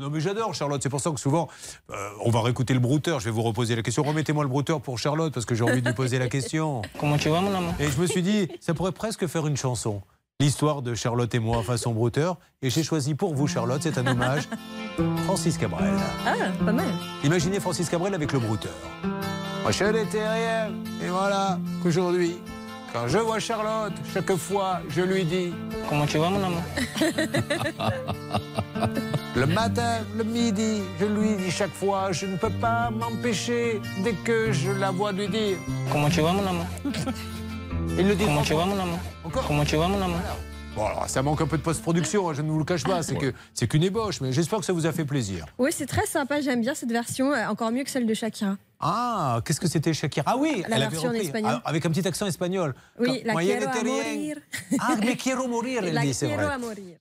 Non mais j'adore Charlotte, c'est pour ça que souvent euh, on va réécouter le brouteur, je vais vous reposer la question. Remettez-moi le brouteur pour Charlotte parce que j'ai envie de lui poser la question. Comment tu vas, mon amour Et je me suis dit, ça pourrait presque faire une chanson. L'histoire de Charlotte et moi façon brouteur. Et j'ai choisi pour vous, Charlotte, c'est un hommage, Francis Cabrel. Ah, pas mal. Imaginez Francis Cabrel avec le brouteur. Moi je n'étais rien, et voilà qu'aujourd'hui, quand je vois Charlotte, chaque fois je lui dis Comment tu vas, mon amour Le matin, le midi, je lui dis chaque fois, je ne peux pas m'empêcher dès que je la vois lui dire. Comment tu vas, mon amour Il le dit Comment trois tu fois. vas, mon amour Encore Comment tu vas, mon amour Bon, alors ça manque un peu de post-production, hein, je ne vous le cache pas, c'est que c'est qu'une ébauche, mais j'espère que ça vous a fait plaisir. Oui, c'est très sympa, j'aime bien cette version, euh, encore mieux que celle de Shakira. Ah, qu'est-ce que c'était Shakira Ah oui, La elle avait version en repris, espagnol. ah, avec un petit accent espagnol. Oui, la Moyen quiero a italien. morir. Ah, mais quiero mourir, elle La dit, c'est quiero vrai. a morir.